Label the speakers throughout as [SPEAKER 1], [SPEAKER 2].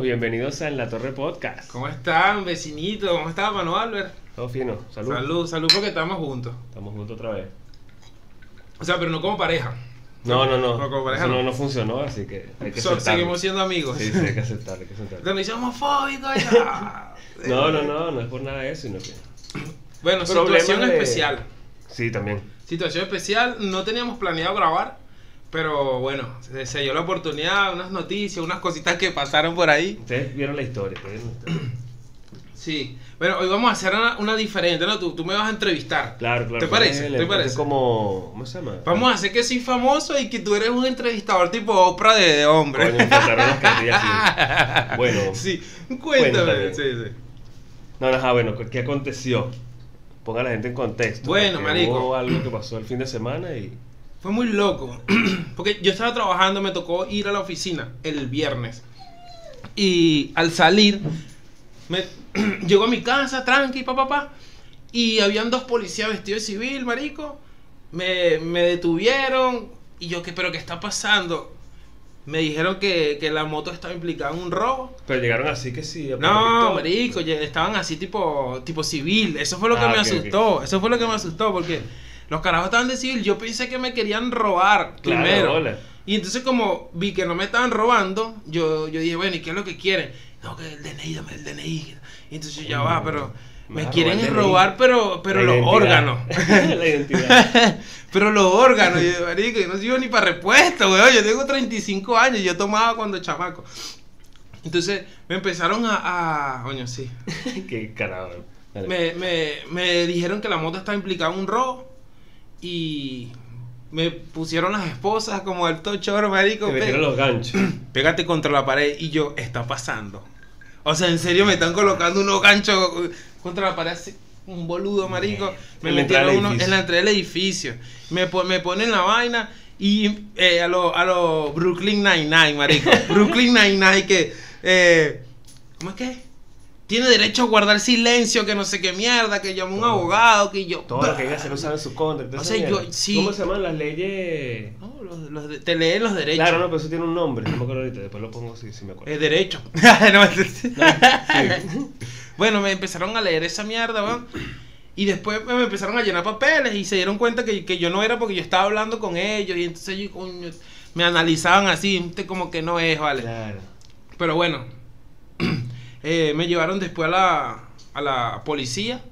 [SPEAKER 1] bienvenidos a En la Torre Podcast.
[SPEAKER 2] ¿Cómo están, vecinito? ¿Cómo estás, Manu Albert?
[SPEAKER 1] Todo fino, salud.
[SPEAKER 2] Salud, salud, porque estamos juntos.
[SPEAKER 1] Estamos juntos otra vez.
[SPEAKER 2] O sea, pero no como pareja.
[SPEAKER 1] No, no, no.
[SPEAKER 2] No, como
[SPEAKER 1] Eso
[SPEAKER 2] pareja,
[SPEAKER 1] no,
[SPEAKER 2] no.
[SPEAKER 1] no funcionó, así que hay que
[SPEAKER 2] So-
[SPEAKER 1] aceptarlo.
[SPEAKER 2] seguimos siendo amigos.
[SPEAKER 1] Sí, sí, hay que aceptarlo, hay que aceptarlo.
[SPEAKER 2] Donde soy homofóbico ya.
[SPEAKER 1] No, no, no, no es por nada de eso, sino que...
[SPEAKER 2] Bueno,
[SPEAKER 1] Problema
[SPEAKER 2] situación
[SPEAKER 1] de-
[SPEAKER 2] especial.
[SPEAKER 1] Sí, también.
[SPEAKER 2] Situación especial, no teníamos planeado grabar, pero bueno, se, se dio la oportunidad, unas noticias, unas cositas que pasaron por ahí.
[SPEAKER 1] Ustedes vieron la historia, ustedes vieron la historia.
[SPEAKER 2] Sí, bueno, hoy vamos a hacer una, una diferente, ¿no? Tú, tú me vas a entrevistar.
[SPEAKER 1] Claro, claro.
[SPEAKER 2] ¿Te parece?
[SPEAKER 1] él,
[SPEAKER 2] ¿Te
[SPEAKER 1] entonces
[SPEAKER 2] parece?
[SPEAKER 1] como... ¿Cómo se llama?
[SPEAKER 2] Vamos a hacer que soy famoso y que tú eres un entrevistador tipo Oprah de, de hombre.
[SPEAKER 1] Coño, me faltaron las cartillas, sí. Bueno.
[SPEAKER 2] Sí,
[SPEAKER 1] Cuéntame.
[SPEAKER 2] cuéntame. Sí, sí.
[SPEAKER 1] No, no, ajá, bueno, ¿qué aconteció? Ponga a la gente en contexto.
[SPEAKER 2] Bueno,
[SPEAKER 1] porque
[SPEAKER 2] marico.
[SPEAKER 1] Hubo algo que pasó el fin de semana y...
[SPEAKER 2] Fue muy loco. Porque yo estaba trabajando, me tocó ir a la oficina el viernes. Y al salir, me llego a mi casa, tranqui, papá, papá. y habían dos policías vestidos de civil, marico. Me, me detuvieron. Y yo, ¿qué, ¿pero qué está pasando? Me dijeron que, que la moto estaba implicada en un robo.
[SPEAKER 1] Pero llegaron así que sí. a
[SPEAKER 2] No,
[SPEAKER 1] propósito.
[SPEAKER 2] marico, ya estaban así tipo, tipo civil. Eso fue lo que
[SPEAKER 1] Ah,
[SPEAKER 2] me
[SPEAKER 1] ok, ok.
[SPEAKER 2] asustó. Eso fue lo que me asustó porque los carajos estaban de civil. Yo pensé que me querían robar
[SPEAKER 1] Claro,
[SPEAKER 2] primero.
[SPEAKER 1] hola.
[SPEAKER 2] Y entonces como vi que no me estaban robando, yo, yo dije, bueno, ¿y qué es lo que quieren? No, que el DNI, dame el DNI. Y entonces yo, ya va, pero
[SPEAKER 1] Me
[SPEAKER 2] me
[SPEAKER 1] vas a
[SPEAKER 2] quieren
[SPEAKER 1] robar el DNI.
[SPEAKER 2] robar, pero, pero
[SPEAKER 1] La
[SPEAKER 2] los
[SPEAKER 1] identidad.
[SPEAKER 2] órganos.
[SPEAKER 1] la identidad.
[SPEAKER 2] Pero los órganos, y yo, marico, yo no sirvo ni para respuesta, weón. Yo tengo 35 años, yo tomaba cuando chamaco. Entonces me empezaron a. a- coño, sí.
[SPEAKER 1] Qué carajo. Dale.
[SPEAKER 2] Me, me, me dijeron que la moto estaba implicada en un robo y me pusieron las esposas como al tochoro, marico.
[SPEAKER 1] Te
[SPEAKER 2] pe-
[SPEAKER 1] metieron los ganchos.
[SPEAKER 2] Pégate contra la pared y yo, está pasando. O sea, en serio me están colocando unos ganchos contra la pared así, un boludo, marico. Me
[SPEAKER 1] En la entrada
[SPEAKER 2] metieron
[SPEAKER 1] del
[SPEAKER 2] unos
[SPEAKER 1] edificio.
[SPEAKER 2] en la entrada del edificio. Me, po- me ponen la vaina y eh, a los a lo Brooklyn Nine-Nine, marico. Brooklyn Nine-Nine que... eh, ¿Cómo es que? es? Tiene derecho a guardar silencio, que no sé qué mierda, que llamó un
[SPEAKER 1] Todo.
[SPEAKER 2] abogado, que yo...
[SPEAKER 1] Todo lo que diga se lo sabe en su contra. entonces,
[SPEAKER 2] O sea, yo-
[SPEAKER 1] mira,
[SPEAKER 2] sí.
[SPEAKER 1] ¿Cómo se llaman las leyes?
[SPEAKER 2] No, los- los de- te leen los derechos.
[SPEAKER 1] Claro, no, pero eso tiene un nombre. No me acuerdo ahorita. Después lo pongo si, si me acuerdo.
[SPEAKER 2] Es derecho. No, bueno, me empezaron a leer esa mierda, weón. Y después me me empezaron a llenar papeles y se dieron cuenta que, que yo no era porque yo estaba hablando con ellos. Y entonces yo, coño, me analizaban así, usted como que no es, vale.
[SPEAKER 1] Claro.
[SPEAKER 2] Pero bueno, eh, me llevaron después a la, a la policía.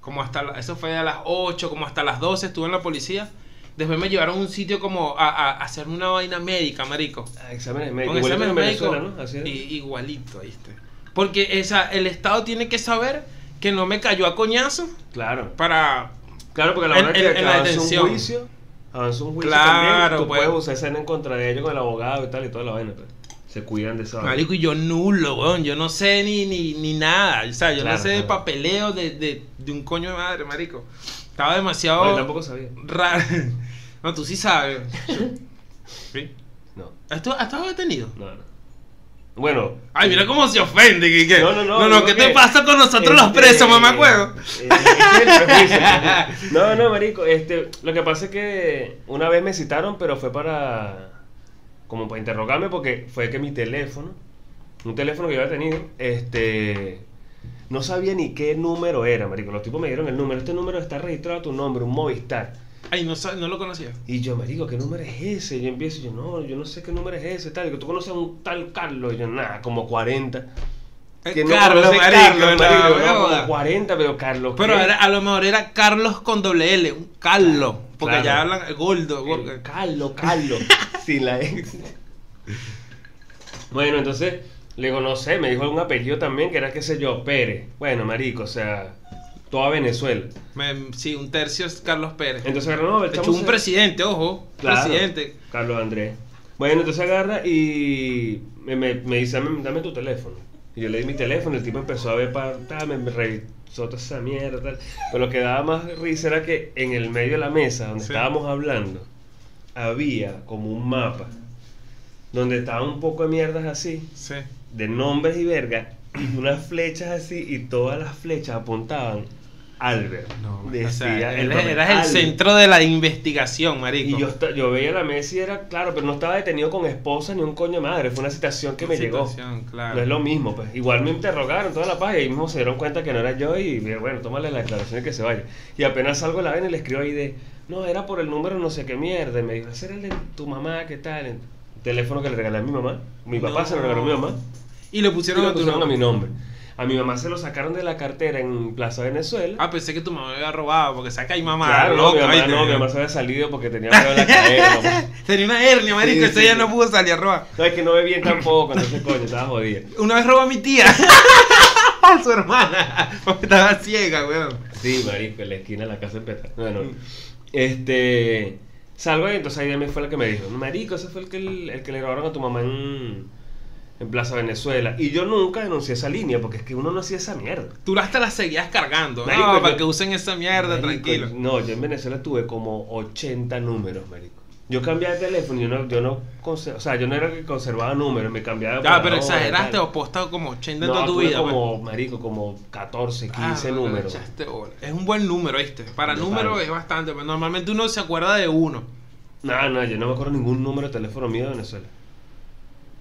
[SPEAKER 2] Como hasta la- eso fue a las 8, como hasta las 12 estuve en la policía. Después me llevaron a un sitio como a, a- a hacerme una vaina médica, marico.
[SPEAKER 1] Ah, Exámenes médicos.
[SPEAKER 2] Con
[SPEAKER 1] Igualito
[SPEAKER 2] examen
[SPEAKER 1] en
[SPEAKER 2] médico,
[SPEAKER 1] Venezuela, ¿no? Así es.
[SPEAKER 2] i- igualito, ¿viste? Porque esa, el Estado tiene que saber que no me cayó a coñazo
[SPEAKER 1] Claro.
[SPEAKER 2] para...
[SPEAKER 1] Claro, porque a la
[SPEAKER 2] En-
[SPEAKER 1] hora que,
[SPEAKER 2] en-
[SPEAKER 1] que
[SPEAKER 2] en la
[SPEAKER 1] avanza
[SPEAKER 2] detención.
[SPEAKER 1] un juicio, avanza un juicio
[SPEAKER 2] Claro,
[SPEAKER 1] también, tú
[SPEAKER 2] pues.
[SPEAKER 1] puedes usar esa en contra de ellos con el abogado y tal y toda la vaina. Pero se cuidan de esa vaina.
[SPEAKER 2] Marico, y yo nulo, weón. Yo no sé ni, ni, ni nada. O sea, yo
[SPEAKER 1] Claro,
[SPEAKER 2] no sé de
[SPEAKER 1] claro.
[SPEAKER 2] papeleo de, de, de un coño de madre, marico. Estaba
[SPEAKER 1] No, yo
[SPEAKER 2] demasiado
[SPEAKER 1] tampoco sabía.
[SPEAKER 2] raro. No, tú sí sabes. ¿Sí?
[SPEAKER 1] No,
[SPEAKER 2] ¿Has tú- has estado detenido?
[SPEAKER 1] no, no. Bueno,
[SPEAKER 2] Ay, mira cómo se ofende. Que, que-
[SPEAKER 1] No, no, no,
[SPEAKER 2] No,
[SPEAKER 1] digo
[SPEAKER 2] ¿qué
[SPEAKER 1] que-
[SPEAKER 2] te pasa con nosotros los
[SPEAKER 1] Este,
[SPEAKER 2] presos, mamá, huevo?
[SPEAKER 1] eh, eh, no, no, marico. Este, lo que pasa es que una vez me citaron, pero fue para. Como para interrogarme, porque fue que mi teléfono, un teléfono que yo había tenido, este. No sabía ni qué número era, marico. Los tipos me dieron el número. Este número está registrado a tu nombre, un Movistar.
[SPEAKER 2] Ay, no, sab- no lo conocía.
[SPEAKER 1] Y yo, marico, ¿qué número es ese? Yo empiezo, yo, no, yo no sé qué número es ese, tal. Y que tú conoces a un tal Carlos. Y yo, nada, como 40.
[SPEAKER 2] Eh,
[SPEAKER 1] Que no
[SPEAKER 2] Carlos,
[SPEAKER 1] conoce
[SPEAKER 2] marico,
[SPEAKER 1] Carlos,
[SPEAKER 2] no,
[SPEAKER 1] marico,
[SPEAKER 2] no,
[SPEAKER 1] no, como
[SPEAKER 2] joda.
[SPEAKER 1] 40, pero Carlos.
[SPEAKER 2] Pero
[SPEAKER 1] ¿qué?
[SPEAKER 2] era- a lo mejor era Carlos con doble L, un Carlos. Porque
[SPEAKER 1] Claro.
[SPEAKER 2] allá hablan eh, gordo. gordo.
[SPEAKER 1] El Carlos, Carlos. sin la ex. Bueno, entonces, le digo, no sé, me dijo algún apellido también, que era, qué sé yo, Pérez. Bueno, marico, o sea, toda Venezuela.
[SPEAKER 2] Me- sí, un tercio es Carlos Pérez.
[SPEAKER 1] Entonces agarró, no,
[SPEAKER 2] De hecho,
[SPEAKER 1] echamos-
[SPEAKER 2] un presidente, ojo.
[SPEAKER 1] Claro,
[SPEAKER 2] Presidente.
[SPEAKER 1] Carlos Andrés. Bueno, entonces agarra y me, me- me dice, dame, dame tu teléfono. Y yo le di mi teléfono, el tipo empezó a ver para... Me, me revisó toda esa mierda, tal. Pero lo que daba más risa era que en el medio de la mesa, donde
[SPEAKER 2] Sí.
[SPEAKER 1] estábamos hablando, había como un mapa donde estaba un poco de mierdas así,
[SPEAKER 2] Sí.
[SPEAKER 1] de nombres y verga, y unas flechas así, y todas las flechas apuntaban Albert.
[SPEAKER 2] No,
[SPEAKER 1] Decía
[SPEAKER 2] o sea,
[SPEAKER 1] el
[SPEAKER 2] eras,
[SPEAKER 1] profe,
[SPEAKER 2] eras el
[SPEAKER 1] Albert.
[SPEAKER 2] centro de la investigación, marico.
[SPEAKER 1] Y yo, esta- yo veía la Messi, era claro, pero no estaba detenido con esposa ni un coño de madre. Fue una situación que me llegó.
[SPEAKER 2] Situación, claro.
[SPEAKER 1] No es lo mismo, pues. Igual me interrogaron toda la paja y ahí mismo se dieron cuenta que no era yo y dije, bueno, tómale la declaración y que se vaya. Y apenas salgo de la vena y le escribo ahí de, no, era por el número no sé qué mierda. Y me dijo, ese era el de tu mamá, ¿qué tal? El teléfono que le regalé a mi mamá. Mi papá
[SPEAKER 2] No.
[SPEAKER 1] se lo regaló a mi mamá.
[SPEAKER 2] Y le
[SPEAKER 1] Y
[SPEAKER 2] pusieron,
[SPEAKER 1] lo
[SPEAKER 2] a tu
[SPEAKER 1] pusieron a
[SPEAKER 2] nombre.
[SPEAKER 1] mi nombre. A mi mamá se lo sacaron de la cartera en Plaza Venezuela.
[SPEAKER 2] Ah, pensé que tu mamá me había robado porque saca ahí mamá.
[SPEAKER 1] claro, no,
[SPEAKER 2] loca,
[SPEAKER 1] mi mamá,
[SPEAKER 2] ¿viste?
[SPEAKER 1] no, mi mamá se había salido porque tenía miedo en la cadera. mamá.
[SPEAKER 2] Tenía una hernia, marico,
[SPEAKER 1] Sí,
[SPEAKER 2] ese
[SPEAKER 1] sí,
[SPEAKER 2] ya
[SPEAKER 1] sí.
[SPEAKER 2] no pudo salir a robar.
[SPEAKER 1] No, es que no ve bien tampoco, entonces coño, estaba jodida.
[SPEAKER 2] Una vez robó a mi tía. a su hermana. Porque estaba ciega, weón.
[SPEAKER 1] Sí, marico, en la esquina de la casa empezar. Bueno, este. Salgo y entonces ahí me fue el que me dijo: Marico, ese fue el que, el, que le robaron a tu mamá en, en Plaza Venezuela. Y yo nunca denuncié esa línea porque es que uno no hacía esa mierda.
[SPEAKER 2] Tú hasta las seguías cargando.
[SPEAKER 1] Marico,
[SPEAKER 2] no,
[SPEAKER 1] yo-
[SPEAKER 2] para que usen esa mierda,
[SPEAKER 1] Marico,
[SPEAKER 2] tranquilo.
[SPEAKER 1] No, yo en Venezuela tuve como 80 números, marico. Yo cambiaba de teléfono, yo no, yo no, conser- o sea, yo no era el que conservaba números, me cambiaba.
[SPEAKER 2] Ya,
[SPEAKER 1] por
[SPEAKER 2] Ah, pero
[SPEAKER 1] la hora,
[SPEAKER 2] exageraste
[SPEAKER 1] tal.
[SPEAKER 2] o postado como 80 en
[SPEAKER 1] No,
[SPEAKER 2] toda tu
[SPEAKER 1] tuve
[SPEAKER 2] vida. weón.
[SPEAKER 1] como, marico, como 14, 15
[SPEAKER 2] Ah,
[SPEAKER 1] números.
[SPEAKER 2] echaste bola. Es un buen número, ¿viste? Para
[SPEAKER 1] Total.
[SPEAKER 2] número es bastante, pero normalmente uno se acuerda de uno.
[SPEAKER 1] No, no, yo no me acuerdo ningún número de teléfono mío de Venezuela.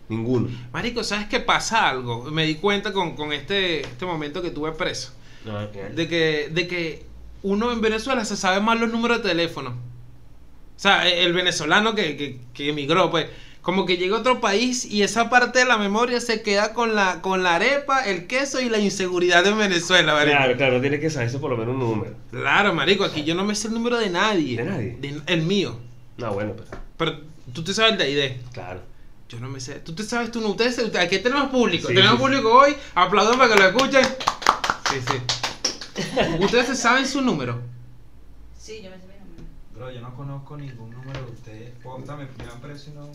[SPEAKER 1] Ninguno.
[SPEAKER 2] Marico, ¿sabes qué pasa algo? Me di cuenta con, con este, este momento que tuve preso.
[SPEAKER 1] No,
[SPEAKER 2] De que, de que uno en Venezuela se sabe más los números de teléfono. O sea, e- el venezolano que, que, que emigró, pues, como que llega a otro país y esa parte de la memoria se queda con la, con la arepa, el queso y la inseguridad de Venezuela, marico.
[SPEAKER 1] claro, claro, tiene que saberse por lo menos un número.
[SPEAKER 2] Claro, marico, aquí yo no me sé el número de nadie.
[SPEAKER 1] ¿De nadie?
[SPEAKER 2] el mío.
[SPEAKER 1] No, bueno, pero
[SPEAKER 2] Pero tú te sabes el de ID.
[SPEAKER 1] claro.
[SPEAKER 2] Yo no me sé. Tú te sabes tú no. Ustedes, ustedes- aquí tenemos público.
[SPEAKER 1] Sí,
[SPEAKER 2] tenemos
[SPEAKER 1] sí,
[SPEAKER 2] público hoy. Aplaudan para que lo escuchen. Sí, sí. ustedes se saben su número.
[SPEAKER 3] Sí, yo me sé mi nombre.
[SPEAKER 4] Bro, yo no conozco ningún número de ustedes. Posta, me me dan preso y no.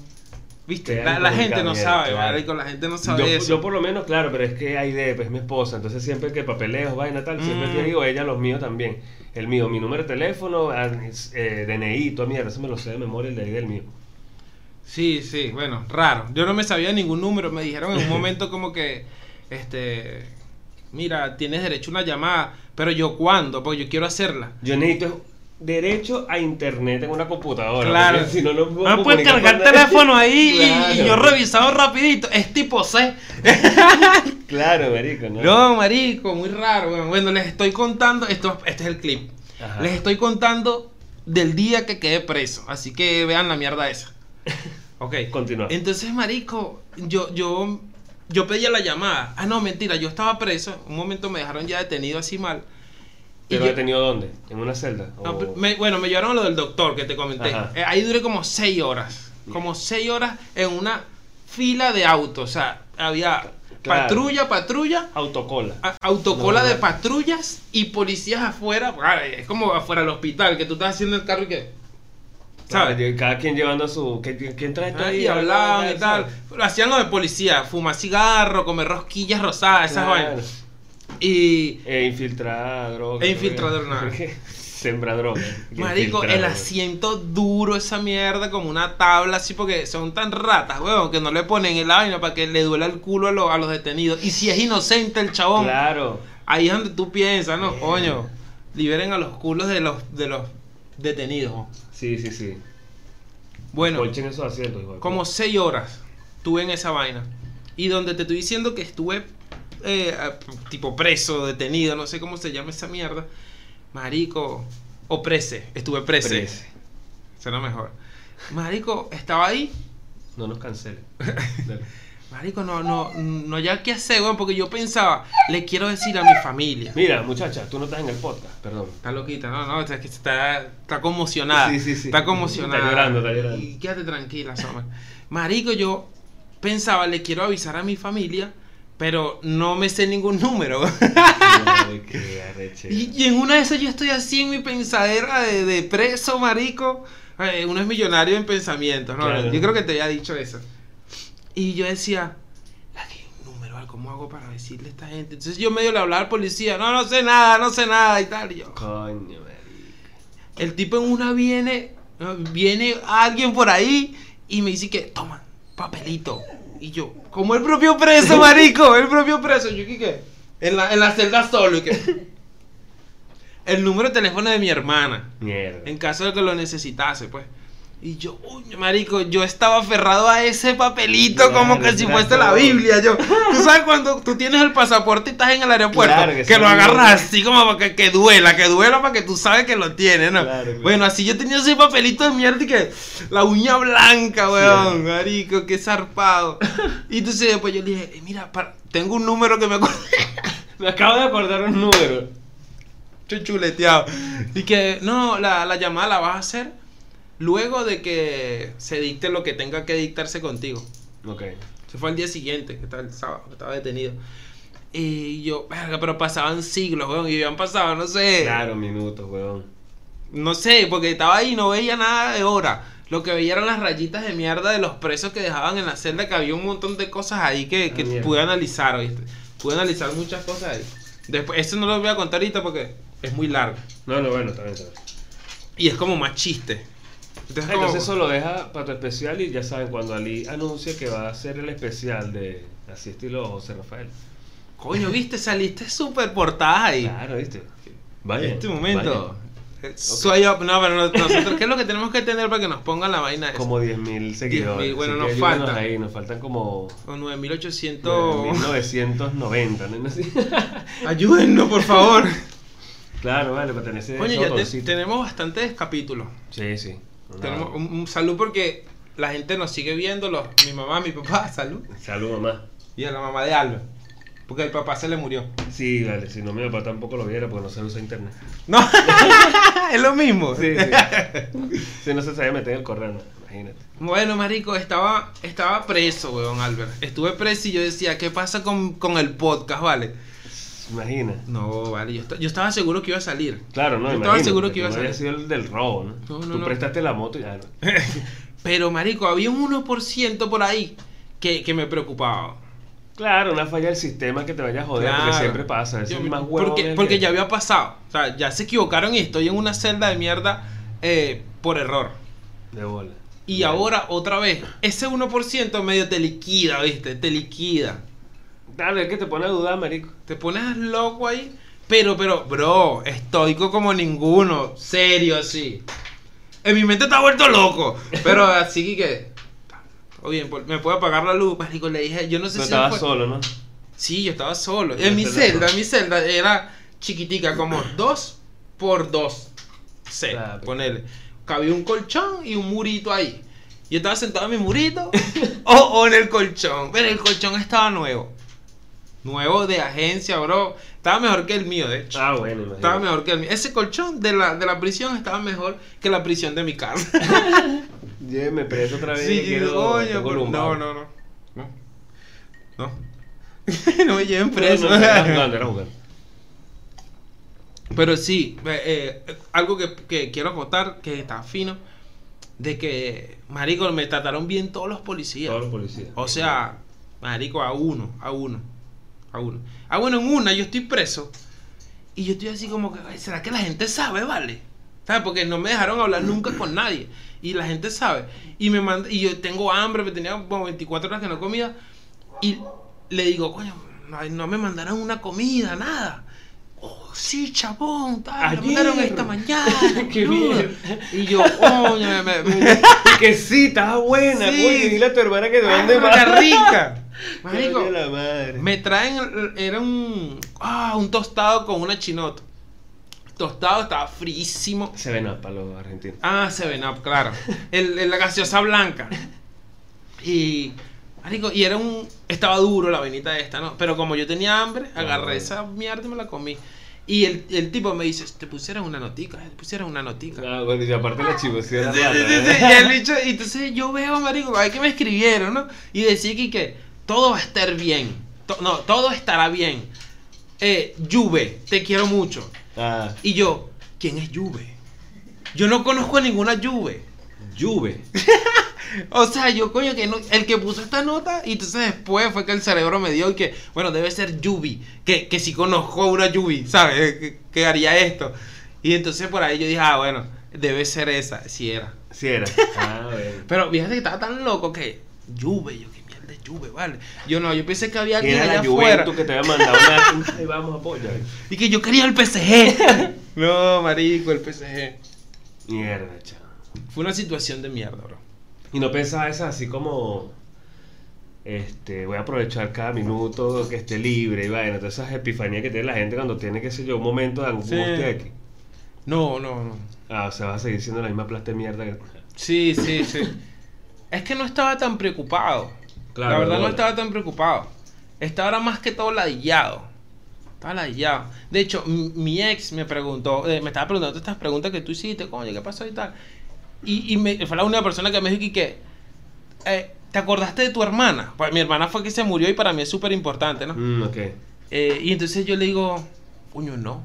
[SPEAKER 2] ¿Viste?
[SPEAKER 1] Te
[SPEAKER 2] La,
[SPEAKER 1] dan
[SPEAKER 2] la
[SPEAKER 1] con
[SPEAKER 2] gente no
[SPEAKER 1] Gabriel,
[SPEAKER 2] sabe,
[SPEAKER 1] claro.
[SPEAKER 2] marico. La gente no sabe
[SPEAKER 1] Yo,
[SPEAKER 2] eso.
[SPEAKER 1] yo por lo menos, claro, pero es que hay de, pues es mi esposa, entonces siempre que papeleos, vaina tal, siempre
[SPEAKER 2] Mm.
[SPEAKER 1] te digo, ella los míos también. El mío, mi número de teléfono, ah, es, eh, DNI, toda mierda, eso me lo sé de memoria, el DNI del mío.
[SPEAKER 2] Sí, sí. Bueno, raro. Yo no me sabía ningún número. Me dijeron en un momento como que. Este. Mira, tienes derecho a una llamada. Pero yo, ¿cuándo? Porque yo quiero hacerla.
[SPEAKER 1] Yo necesito derecho a internet en una computadora.
[SPEAKER 2] Claro.
[SPEAKER 1] porque Si no, no puedo
[SPEAKER 2] No puedes
[SPEAKER 1] comunicar
[SPEAKER 2] cargar
[SPEAKER 1] con nadie.
[SPEAKER 2] teléfono ahí y- y,
[SPEAKER 1] Claro.
[SPEAKER 2] yo revisado rapidito. Es tipo C.
[SPEAKER 1] Claro, marico, ¿no?
[SPEAKER 2] No, marico, muy raro. weón. Bueno, les estoy contando. Esto, este es el clip.
[SPEAKER 1] Ajá.
[SPEAKER 2] Les estoy contando del día que quedé preso. Así que vean la mierda esa. Ok.
[SPEAKER 1] Continúa.
[SPEAKER 2] Entonces, marico, yo, yo, yo pedía la llamada. Ah, no, mentira, yo estaba preso. Un momento me dejaron ya detenido así mal. Y
[SPEAKER 1] ¿Pero
[SPEAKER 2] yo-
[SPEAKER 1] detenido dónde? ¿En una celda?
[SPEAKER 2] no,
[SPEAKER 1] ¿O-
[SPEAKER 2] pero me- bueno, me llevaron a lo del doctor que te comenté.
[SPEAKER 1] Ajá.
[SPEAKER 2] Eh, ahí duré como seis horas. Como seis horas en una fila de autos. O sea, había
[SPEAKER 1] Claro.
[SPEAKER 2] patrulla, patrulla,
[SPEAKER 1] Autocola.
[SPEAKER 2] a- autocola
[SPEAKER 1] No, no,
[SPEAKER 2] de
[SPEAKER 1] no.
[SPEAKER 2] patrullas y policías afuera. Claro, Es como afuera del hospital, que tú estás haciendo el carro y que.
[SPEAKER 1] ¿Sabes?
[SPEAKER 2] ¿Sabes?
[SPEAKER 1] cada quien llevando su. ¿Quién, quién trae esto
[SPEAKER 2] Ah,
[SPEAKER 1] ahí?
[SPEAKER 2] y hablaban y tal.
[SPEAKER 1] ¿sabes?
[SPEAKER 2] Lo hacían lo de policía, fumar cigarro, comer rosquillas rosadas, esas
[SPEAKER 1] Claro.
[SPEAKER 2] vainas. Y
[SPEAKER 1] E infiltrar droga.
[SPEAKER 2] E infiltrador, nada.
[SPEAKER 1] Sembra droga.
[SPEAKER 2] Marico,
[SPEAKER 1] Infiltrar,
[SPEAKER 2] el
[SPEAKER 1] güey.
[SPEAKER 2] asiento duro, esa mierda, como una tabla, así, porque son tan ratas, weón, que no le ponen el vaina para que le duela el culo a, los- a los detenidos. Y si es inocente el chabón,
[SPEAKER 1] Claro.
[SPEAKER 2] ahí es donde tú piensas, no,
[SPEAKER 1] Bien.
[SPEAKER 2] coño, liberen a los culos de los, de los detenidos. weón.
[SPEAKER 1] Sí, sí, sí.
[SPEAKER 2] Bueno,
[SPEAKER 1] Colchen esos asientos, hijo de
[SPEAKER 2] como
[SPEAKER 1] puta.
[SPEAKER 2] 6 horas tuve en esa vaina. Y donde te estoy diciendo que estuve eh, a- tipo preso, detenido, no sé cómo se llama esa mierda. Marico, o prese, estuve prese.
[SPEAKER 1] Prese.
[SPEAKER 2] Será mejor. Marico, estaba ahí.
[SPEAKER 1] No nos cancelen. Dale.
[SPEAKER 2] Marico, no, no, no, ya qué hacer, weón, porque yo pensaba, le quiero decir a mi familia.
[SPEAKER 1] Mira, muchacha, tú no estás en el podcast, perdón.
[SPEAKER 2] Está loquita, no, no, está, que está, está conmocionada.
[SPEAKER 1] Sí, sí, sí.
[SPEAKER 2] Está conmocionada.
[SPEAKER 1] Está llorando, está llorando.
[SPEAKER 2] Y quédate tranquila, Summer. Marico, yo pensaba, le quiero avisar a mi familia, pero no me sé ningún número.
[SPEAKER 1] Ay, qué arrechera.
[SPEAKER 2] Y, y en una de esas yo estoy así en mi pensadera de, de preso, marico. Eh, uno es millonario en pensamientos, ¿no?
[SPEAKER 1] Claro.
[SPEAKER 2] Yo creo que te había dicho eso. Y yo decía, "Ay, número, vale, ¿cómo hago para decirle a esta gente? Entonces yo medio le hablaba al policía, no, no sé nada, no sé nada y tal. Y yo,
[SPEAKER 1] Coño, marico.
[SPEAKER 2] el tipo en una viene, viene alguien por ahí y me dice que, toma, papelito. Y yo, como el propio preso, marico, el propio preso. Yo, ¿qué? qué? En la, en la celda solo y que... el número de teléfono de mi hermana.
[SPEAKER 1] Mierda.
[SPEAKER 2] En caso de que lo necesitase, pues. Y yo, uy, marico, yo estaba aferrado a ese papelito
[SPEAKER 1] Claro,
[SPEAKER 2] como que si
[SPEAKER 1] claro.
[SPEAKER 2] fuese la Biblia. Yo, tú sabes cuando tú tienes el pasaporte y estás en el aeropuerto,
[SPEAKER 1] Claro que
[SPEAKER 2] que,
[SPEAKER 1] sí,
[SPEAKER 2] lo agarras
[SPEAKER 1] ¿no?
[SPEAKER 2] así como para que, que duela, que duela para que tú sabes que lo tienes, ¿no?
[SPEAKER 1] Claro, claro.
[SPEAKER 2] Bueno, así yo tenía ese papelito de mierda y que la uña blanca, weón, marico, qué zarpado. Y entonces después yo le dije, eh, mira, para- tengo un número que me acuerdo.
[SPEAKER 1] Me acabo de acordar un número.
[SPEAKER 2] chuleteado. Y que, no, la, la llamada la vas a hacer luego de que se dicte lo que tenga que dictarse contigo.
[SPEAKER 1] Ok.
[SPEAKER 2] Eh. Se fue al día siguiente, que estaba el sábado, que estaba detenido. Y yo, verga, pero pasaban siglos, weón, y habían pasado, no sé.
[SPEAKER 1] Claro, minutos, weón.
[SPEAKER 2] No sé, porque estaba ahí y no veía nada de hora. Lo que veía eran las rayitas de mierda de los presos que dejaban en la celda, que había un montón de cosas ahí que,
[SPEAKER 1] Ah,
[SPEAKER 2] que
[SPEAKER 1] mierda.
[SPEAKER 2] pude analizar, ¿oíste? Pude analizar muchas cosas ahí. Después, eso no lo voy a contar ahorita porque es muy largo.
[SPEAKER 1] No, no, bueno, está bien, está bien.
[SPEAKER 2] Y es como más chiste. Entonces, como-
[SPEAKER 1] Entonces eso lo deja para tu especial y ya saben, cuando Ali anuncia que va a hacer el especial de así estilo José Rafael.
[SPEAKER 2] Coño, viste, saliste súper portada ahí.
[SPEAKER 1] Claro, ¿viste?
[SPEAKER 2] en este momento. Eh, Soy up. No, pero no- nosotros, ¿qué es lo que tenemos que tener para que nos pongan la vaina
[SPEAKER 1] vaya.
[SPEAKER 2] esa?
[SPEAKER 1] Como 10.000 seguidores.
[SPEAKER 2] 10.000, bueno,
[SPEAKER 1] así
[SPEAKER 2] nos
[SPEAKER 1] que ayúdanos
[SPEAKER 2] faltan.
[SPEAKER 1] Ahí, nos faltan como...
[SPEAKER 2] O 9800.
[SPEAKER 1] 1990, ¿no? Así.
[SPEAKER 2] Ayúdennos, por favor.
[SPEAKER 1] claro, vale, para tener ese
[SPEAKER 2] Coño, ya te-
[SPEAKER 1] botoncito.
[SPEAKER 2] tenemos bastantes capítulos.
[SPEAKER 1] Sí, sí. Una-
[SPEAKER 2] Tenemos un, un salud porque la gente nos sigue viendo. los- mi mamá, mi papá, salud.
[SPEAKER 1] Salud, mamá.
[SPEAKER 2] Y a la mamá de Alba. Porque el papá se le murió.
[SPEAKER 1] Sí, vale, si no mi papá tampoco lo viera porque no se usa internet.
[SPEAKER 2] No, es lo mismo.
[SPEAKER 1] Sí, sí. si no se sabía meter en el correo, ¿no? imagínate.
[SPEAKER 2] Bueno, marico, estaba, estaba preso, weón, Albert. Estuve preso y yo decía, ¿qué pasa con, con el podcast, vale?
[SPEAKER 1] Imagina.
[SPEAKER 2] No, vale, yo, esta- yo estaba seguro que iba a salir.
[SPEAKER 1] Claro, no,
[SPEAKER 2] Yo estaba
[SPEAKER 1] imagínate,
[SPEAKER 2] seguro
[SPEAKER 1] porque
[SPEAKER 2] que iba a
[SPEAKER 1] no
[SPEAKER 2] salir.
[SPEAKER 1] había sido el del robo, ¿no?
[SPEAKER 2] No, no,
[SPEAKER 1] Tú
[SPEAKER 2] no.
[SPEAKER 1] prestaste la moto y ya no.
[SPEAKER 2] Pero, marico, había un 1% por ahí que, que me preocupaba.
[SPEAKER 1] Claro, una falla del sistema que te vaya a joder, porque
[SPEAKER 2] Claro.
[SPEAKER 1] siempre pasa. ese
[SPEAKER 2] Yo-
[SPEAKER 1] Es más huevo
[SPEAKER 2] porque porque ya había pasado. O sea, ya se equivocaron y estoy en una celda de mierda eh, por error.
[SPEAKER 1] De bola.
[SPEAKER 2] Y
[SPEAKER 1] Bueno.
[SPEAKER 2] ahora, otra vez, ese 1% medio te liquida, ¿viste? Te liquida.
[SPEAKER 1] Claro, es que te pone a dudar, marico.
[SPEAKER 2] Te pones loco ahí. Pero, pero, bro, estoico como ninguno. Serio, así. En mi mente está vuelto loco. Pero así que. Todo bien, por- me puedo apagar la luz. Marico, le dije, yo no sé
[SPEAKER 1] Pero
[SPEAKER 2] si.
[SPEAKER 1] estaba
[SPEAKER 2] fue-
[SPEAKER 1] solo, ¿no?
[SPEAKER 2] Sí, yo estaba solo.
[SPEAKER 1] Ya
[SPEAKER 2] En mi
[SPEAKER 1] te lo-
[SPEAKER 2] celda, mi celda era chiquitica, como dos por dos. Sí,
[SPEAKER 1] Claro.
[SPEAKER 2] ponele. Cabía un colchón y un murito ahí. Yo estaba sentado en mi murito o, o en el colchón. Pero el colchón estaba nuevo. Nuevo de agencia, bro. Estaba mejor que el mío, de hecho.
[SPEAKER 1] Ah, bueno, imagínate.
[SPEAKER 2] Estaba mejor que el mío. Ese colchón de la, de la prisión estaba mejor que la prisión de mi casa.
[SPEAKER 1] Lléveme preso otra vez.
[SPEAKER 2] Sí,
[SPEAKER 1] que quiero-
[SPEAKER 2] coño,
[SPEAKER 1] tengo
[SPEAKER 2] por-
[SPEAKER 1] lumbago.
[SPEAKER 2] no, no, no. No. No. No me lleven preso.
[SPEAKER 1] No, no, no, era jugando, era jugando.
[SPEAKER 2] Pero sí, eh, eh, algo que, que quiero contar que está fino, de que, marico, me trataron bien todos los policías.
[SPEAKER 1] Todos los policías.
[SPEAKER 2] O sea, marico, a uno, a uno, a uno. Ah, bueno, en una yo estoy preso y yo estoy así como que, "Ay, ¿será que la gente sabe, vale? ¿Sabes? Porque no me dejaron hablar nunca con nadie y la gente sabe. Y me manda, y yo tengo hambre, me tenía como 24 horas que no comía y le digo, coño, no, no me mandaron una comida, nada. Oh, sí, chabón, tal, me
[SPEAKER 1] Ayer.
[SPEAKER 2] mandaron esta mañana.
[SPEAKER 1] Qué
[SPEAKER 2] boludo".
[SPEAKER 1] bien.
[SPEAKER 2] Y yo, coño, me, me- me-
[SPEAKER 1] que sí, estaba buena.
[SPEAKER 2] Sí. Ah,
[SPEAKER 1] Oye, dile a tu hermana que te mande
[SPEAKER 2] Una
[SPEAKER 1] más.
[SPEAKER 2] rica. Marico,
[SPEAKER 1] Coño, la madre.
[SPEAKER 2] me traen, era un, ah, un tostado con una chinota. Tostado estaba frísimo.
[SPEAKER 1] Se ven a los argentinos.
[SPEAKER 2] Ah, Seven Up, claro. El, el- la gaseosa blanca. Y, marico, y era un, estaba duro la venita esta, ¿no? Pero como yo tenía hambre, agarré esa mierda y me la comí. Y el, el tipo me dice, te pusieron una notica, eh, te pusieron una notica.
[SPEAKER 1] Ah, bueno, y aparte la ¿eh? chivosía.
[SPEAKER 2] Sí, sí, sí, sí. Y el bicho- y entonces yo veo, marico, ay, que me escribieron, ¿no? Y decía que, que todo va a estar bien. To- no, todo estará bien. Eh, Juve, te quiero mucho.
[SPEAKER 1] Ah,
[SPEAKER 2] Y yo, ¿quién es Juve? Yo no conozco a ninguna Juve.
[SPEAKER 1] Juve.
[SPEAKER 2] O sea, yo coño que no, el que puso esta nota y entonces después fue que el cerebro me dio y que, bueno, debe ser Yubi, que, que si conozco a una Yubi, ¿sabes? Que, que haría esto. Y entonces por ahí yo dije, ah, bueno, debe ser esa, si era.
[SPEAKER 1] Sí era. Ah, bueno.
[SPEAKER 2] Pero fíjate que estaba tan loco que Juve, yo qué mierda es Juve, vale. Yo no, yo pensé que había
[SPEAKER 1] Que
[SPEAKER 2] alguien
[SPEAKER 1] era
[SPEAKER 2] allá
[SPEAKER 1] la
[SPEAKER 2] afuera.
[SPEAKER 1] Juventus que te había mandado una. Ay, vamos a apoyar.
[SPEAKER 2] Y que yo quería el PSG. no, marico, el PSG.
[SPEAKER 1] Mierda, chaval.
[SPEAKER 2] Fue una situación de mierda, bro.
[SPEAKER 1] Y no pensaba eso así como. Este, voy a aprovechar cada minuto que esté libre y vaina. Todas esas epifanías que tiene la gente cuando tiene, qué sé yo, un momento de angustia
[SPEAKER 2] Sí.
[SPEAKER 1] aquí.
[SPEAKER 2] No, no, no.
[SPEAKER 1] Ah, o sea, vas a seguir siendo la misma plasta de mierda que.
[SPEAKER 2] Sí, sí, sí. Es que no estaba tan preocupado.
[SPEAKER 1] Claro,
[SPEAKER 2] la verdad no
[SPEAKER 1] bueno.
[SPEAKER 2] estaba tan preocupado. Estaba ahora más que todo ladillado. Estaba ladillado. De hecho, mi, mi ex me preguntó, eh, me estaba preguntando todas estas preguntas que tú hiciste, coño, ¿qué pasó y tal? Y, y me, fue la única persona que me dijo que, que eh, ¿te acordaste de tu hermana? Pues mi hermana fue que se murió y para mí es súper importante, ¿no?
[SPEAKER 1] Mm, ok.
[SPEAKER 2] Eh, y entonces yo le digo, puño, no.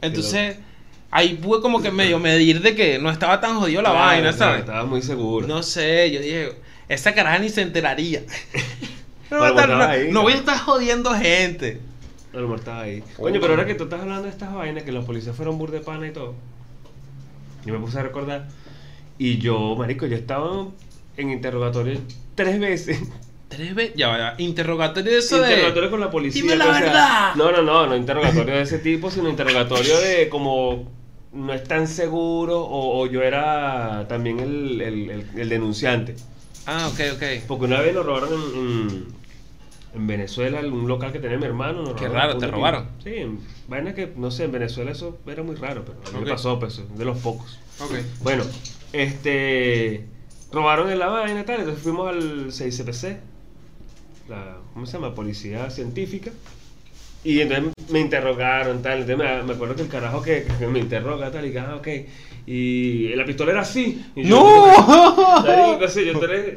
[SPEAKER 2] Entonces,
[SPEAKER 1] loco.
[SPEAKER 2] ahí pude como que medio medir de que no estaba tan jodido la
[SPEAKER 1] Claro,
[SPEAKER 2] vaina,
[SPEAKER 1] claro,
[SPEAKER 2] ¿sabes?
[SPEAKER 1] Estaba muy seguro.
[SPEAKER 2] No sé, yo dije, esa caraja ni se enteraría. no,
[SPEAKER 1] Pero
[SPEAKER 2] va a estar-
[SPEAKER 1] estaba ahí,
[SPEAKER 2] no
[SPEAKER 1] ¿no?
[SPEAKER 2] voy a estar jodiendo gente.
[SPEAKER 1] A lo mejor estaba ahí. Coño, pero ahora que tú estás hablando de estas vainas, que los policías fueron burde pana y todo, yo me puse a recordar. Y yo, marico, yo estaba en interrogatorio tres veces.
[SPEAKER 2] Tres veces, ya va, interrogatorio de eso
[SPEAKER 1] interrogatorio
[SPEAKER 2] de...
[SPEAKER 1] con la policía.
[SPEAKER 2] "Dime la
[SPEAKER 1] que, o sea,
[SPEAKER 2] verdad".
[SPEAKER 1] no, no, no, no interrogatorio de ese tipo, sino interrogatorio de como no es tan seguro o, o yo era también el, el- el- el denunciante.
[SPEAKER 2] Ah, ok, ok.
[SPEAKER 1] eh, Porque una vez nos robaron en, en- en Venezuela, en un local que tenía mi hermano. nos
[SPEAKER 2] Qué
[SPEAKER 1] robaron
[SPEAKER 2] raro,
[SPEAKER 1] un
[SPEAKER 2] te
[SPEAKER 1] pin-
[SPEAKER 2] robaron.
[SPEAKER 1] Sí, en- vaina que, no sé, en Venezuela eso era muy raro, pero a mí
[SPEAKER 2] Ok.
[SPEAKER 1] me pasó, pues, de los pocos.
[SPEAKER 2] Ok.
[SPEAKER 1] Bueno, este. Robaron en la vaina y tal, entonces fuimos al 6CPC, la, ¿cómo se llama? Policía Científica. Y entonces me interrogaron, tal. Entonces me, me acuerdo que el carajo que, que me interroga, tal, y que, ah, ok. Y la pistola era así. Y yo,
[SPEAKER 2] ¡No!
[SPEAKER 1] Marico, sí, yo te-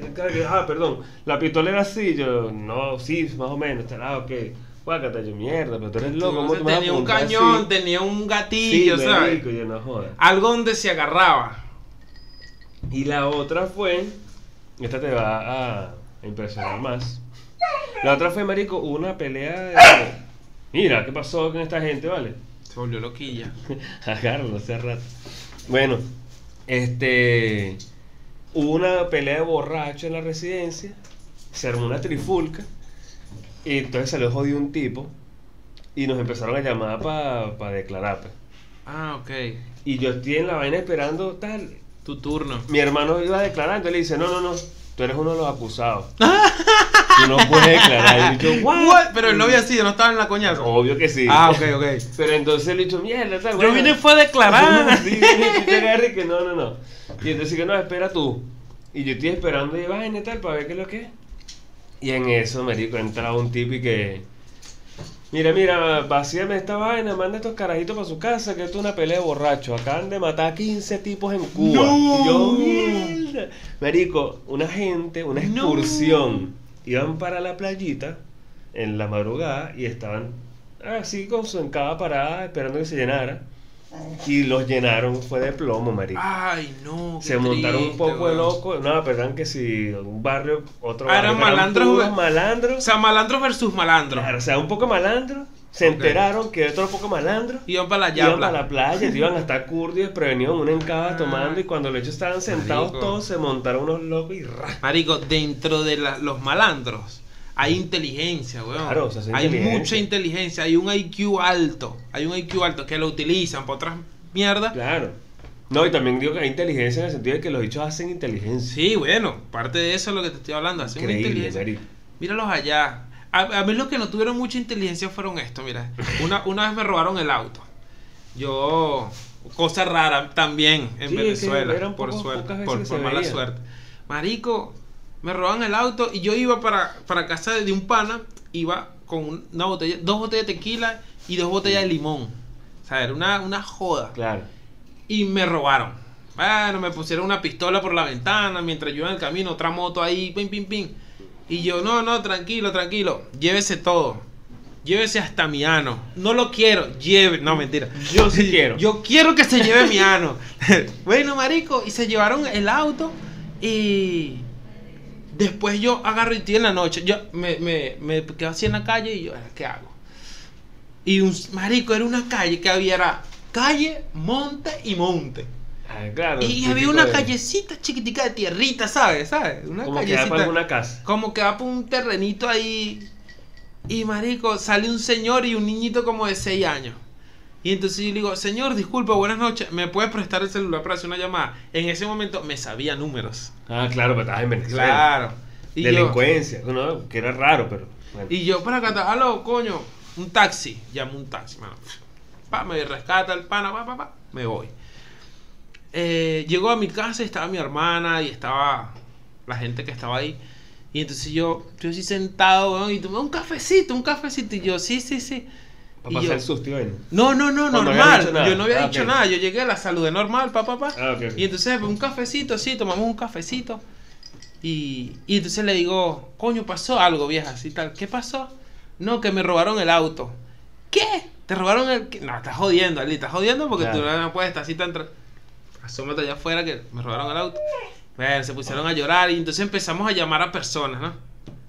[SPEAKER 1] Ah, perdón. La pistola era así. Yo, no, sí, más o menos. tal, Ah, ok. Guácate, yo, mierda, pero tú eres loco. ¿cómo tú me vas a
[SPEAKER 2] tenía un
[SPEAKER 1] apuntar
[SPEAKER 2] cañón,
[SPEAKER 1] así?
[SPEAKER 2] tenía un
[SPEAKER 1] Sí,
[SPEAKER 2] gatillo, ¿sabes?
[SPEAKER 1] marico, yo no jodas.
[SPEAKER 2] Algo donde se agarraba.
[SPEAKER 1] Y la otra fue. Esta te va a, a impresionar más. La otra fue, marico, hubo una pelea de. Mira, ¿qué pasó con esta gente, vale?
[SPEAKER 2] Se volvió loquilla.
[SPEAKER 1] Agárralo hace rato. Bueno, este. Hubo una pelea de borracho en la residencia. Se armó una trifulca. Y entonces se lo jodió un tipo. Y nos empezaron a llamar para declarar. pues.
[SPEAKER 2] Ah, ok.
[SPEAKER 1] Y yo estoy en la vaina esperando tal.
[SPEAKER 2] Tu turno.
[SPEAKER 1] Mi hermano iba declarando. Él le dice: No, no, no. Tú eres uno de los acusados. Tú no puedes declarar. Y yo, "What?".
[SPEAKER 2] What? Pero él no había sido, no estaba en la coñazo.
[SPEAKER 1] Obvio que sí.
[SPEAKER 2] Ah, ok, ok.
[SPEAKER 1] Pero entonces le he dicho, mierda, tal.
[SPEAKER 2] Yo
[SPEAKER 1] bueno".
[SPEAKER 2] vine fue a declarar.
[SPEAKER 1] Sí, sí, te agarra y que no, no, no. Y entonces que no, espera tú. Y yo estoy esperando y vaina y tal para ver qué es lo que es. Y en eso, marico, entra un tipo y que. Mira, mira, vacíame esta vaina, manda estos carajitos para su casa, que esto es una pelea de borracho. Acaban de matar a 15 tipos en Cuba.
[SPEAKER 2] No.
[SPEAKER 1] Y yo, mierda. Marico, una gente, una
[SPEAKER 2] No.
[SPEAKER 1] excursión. Iban para la playita en la madrugada y estaban así con su en cada parada esperando que se llenara. Y los llenaron, fue de plomo, marico.
[SPEAKER 2] Ay, no. Ah, qué
[SPEAKER 1] se montaron un
[SPEAKER 2] triste,
[SPEAKER 1] poco de
[SPEAKER 2] weón.
[SPEAKER 1] locos. No, perdón que si un barrio, otro
[SPEAKER 2] Ah,
[SPEAKER 1] barrio.
[SPEAKER 2] eran
[SPEAKER 1] que
[SPEAKER 2] malandros,
[SPEAKER 1] puros
[SPEAKER 2] güey. O
[SPEAKER 1] malandros.
[SPEAKER 2] sea, malandros versus malandros.
[SPEAKER 1] Claro, o sea, un poco malandro. Se
[SPEAKER 2] Ok.
[SPEAKER 1] enteraron que otro poco malandro.
[SPEAKER 2] Iban para la
[SPEAKER 1] Iban
[SPEAKER 2] llave.
[SPEAKER 1] a la playa, te iban hasta curdios, prevenidos, uno en cada
[SPEAKER 2] Ah.
[SPEAKER 1] tomando. Y cuando los hechos estaban sentados
[SPEAKER 2] Marico.
[SPEAKER 1] todos, se montaron unos locos y ra.
[SPEAKER 2] Marico, dentro de la- los malandros hay inteligencia, weón.
[SPEAKER 1] Claro, o sea, es
[SPEAKER 2] hay
[SPEAKER 1] inteligencia.
[SPEAKER 2] mucha inteligencia, hay un IQ alto. Hay un IQ alto que lo utilizan para otras mierdas.
[SPEAKER 1] Claro. No, y también digo que hay inteligencia en el sentido de que los hechos hacen inteligencia.
[SPEAKER 2] Sí, bueno, parte de eso es lo que te estoy hablando. Hacen una
[SPEAKER 1] Increíble,
[SPEAKER 2] inteligencia.
[SPEAKER 1] marico.
[SPEAKER 2] Míralos allá. A, a mí los que no tuvieron mucha inteligencia fueron estos, mira. Una, una vez me robaron el auto. Yo, cosa rara también
[SPEAKER 1] Sí,
[SPEAKER 2] en
[SPEAKER 1] es que
[SPEAKER 2] Venezuela,
[SPEAKER 1] eran
[SPEAKER 2] por
[SPEAKER 1] pocas- pocas
[SPEAKER 2] suerte,
[SPEAKER 1] veces
[SPEAKER 2] por,
[SPEAKER 1] que
[SPEAKER 2] por
[SPEAKER 1] se
[SPEAKER 2] mala
[SPEAKER 1] veía.
[SPEAKER 2] suerte. Marico, me roban el auto y yo iba para, para casa de, de un pana, iba con una botella, dos botellas de tequila y dos botellas de limón. O sea, era una, una joda.
[SPEAKER 1] Claro.
[SPEAKER 2] Y me robaron. Bueno, me pusieron una pistola por la ventana mientras yo iba en el camino, otra moto ahí, pim, pim, pim. Y yo, no, no, tranquilo, tranquilo, llévese todo. Llévese hasta mi ano. No lo quiero, lleve. No, mentira.
[SPEAKER 1] Yo sí quiero.
[SPEAKER 2] Yo quiero que se lleve mi ano. bueno, marico, y se llevaron el auto y después yo agarro y estoy en la noche. Yo me, me, me quedo así en la calle y yo, ¿qué hago? Y un marico, era una calle que había, era calle, monte y monte.
[SPEAKER 1] Ah, claro.
[SPEAKER 2] Y
[SPEAKER 1] típico
[SPEAKER 2] había una
[SPEAKER 1] de-
[SPEAKER 2] callecita chiquitica de tierrita, ¿sabes? ¿Sabes? Una
[SPEAKER 1] Como que
[SPEAKER 2] callecita.
[SPEAKER 1] da para alguna casa.
[SPEAKER 2] Como que va por un terrenito ahí. Y marico, sale un señor y un niñito como de 6 años. Y entonces yo le digo, señor, disculpa, buenas noches, ¿me puedes prestar el celular para hacer una llamada? En ese momento me sabía números.
[SPEAKER 1] Ah, claro, pero estabas en Venezuela.
[SPEAKER 2] Claro. Y yo,
[SPEAKER 1] Delincuencia. No, que era raro, pero. bueno.
[SPEAKER 2] y yo para acá, aló, coño, un taxi. Llamo un taxi, mano. Pa, me rescata el pana, pa, pa, pa, me voy. Eh, llegó a mi casa y estaba mi hermana y estaba la gente que estaba ahí. Y entonces yo, yo así sentado, weón, y tomé un cafecito, un cafecito. Y yo, sí, sí, sí.
[SPEAKER 1] Para
[SPEAKER 2] y
[SPEAKER 1] pasar
[SPEAKER 2] yo-
[SPEAKER 1] el susto y vaina.
[SPEAKER 2] No, no, no,
[SPEAKER 1] Cuando habías
[SPEAKER 2] normal.
[SPEAKER 1] dicho nada.
[SPEAKER 2] Yo no había
[SPEAKER 1] Ah,
[SPEAKER 2] dicho
[SPEAKER 1] ok.
[SPEAKER 2] nada. Yo llegué a la salud de normal, papá, papá.
[SPEAKER 1] Ah, ok, ok.
[SPEAKER 2] Y entonces pues, un cafecito, sí, tomamos un cafecito. Y, y entonces le digo, coño, pasó algo, vieja, así tal. ¿Qué pasó? No, que me robaron el auto. ¿Qué? ¿Te robaron el.? qué? No, estás jodiendo, Ali, estás jodiendo porque
[SPEAKER 1] Claro.
[SPEAKER 2] tú no puedes estar así tan. tra- Asómate allá afuera que me robaron el auto. Bueno, se pusieron a llorar y entonces empezamos a llamar a personas, ¿no?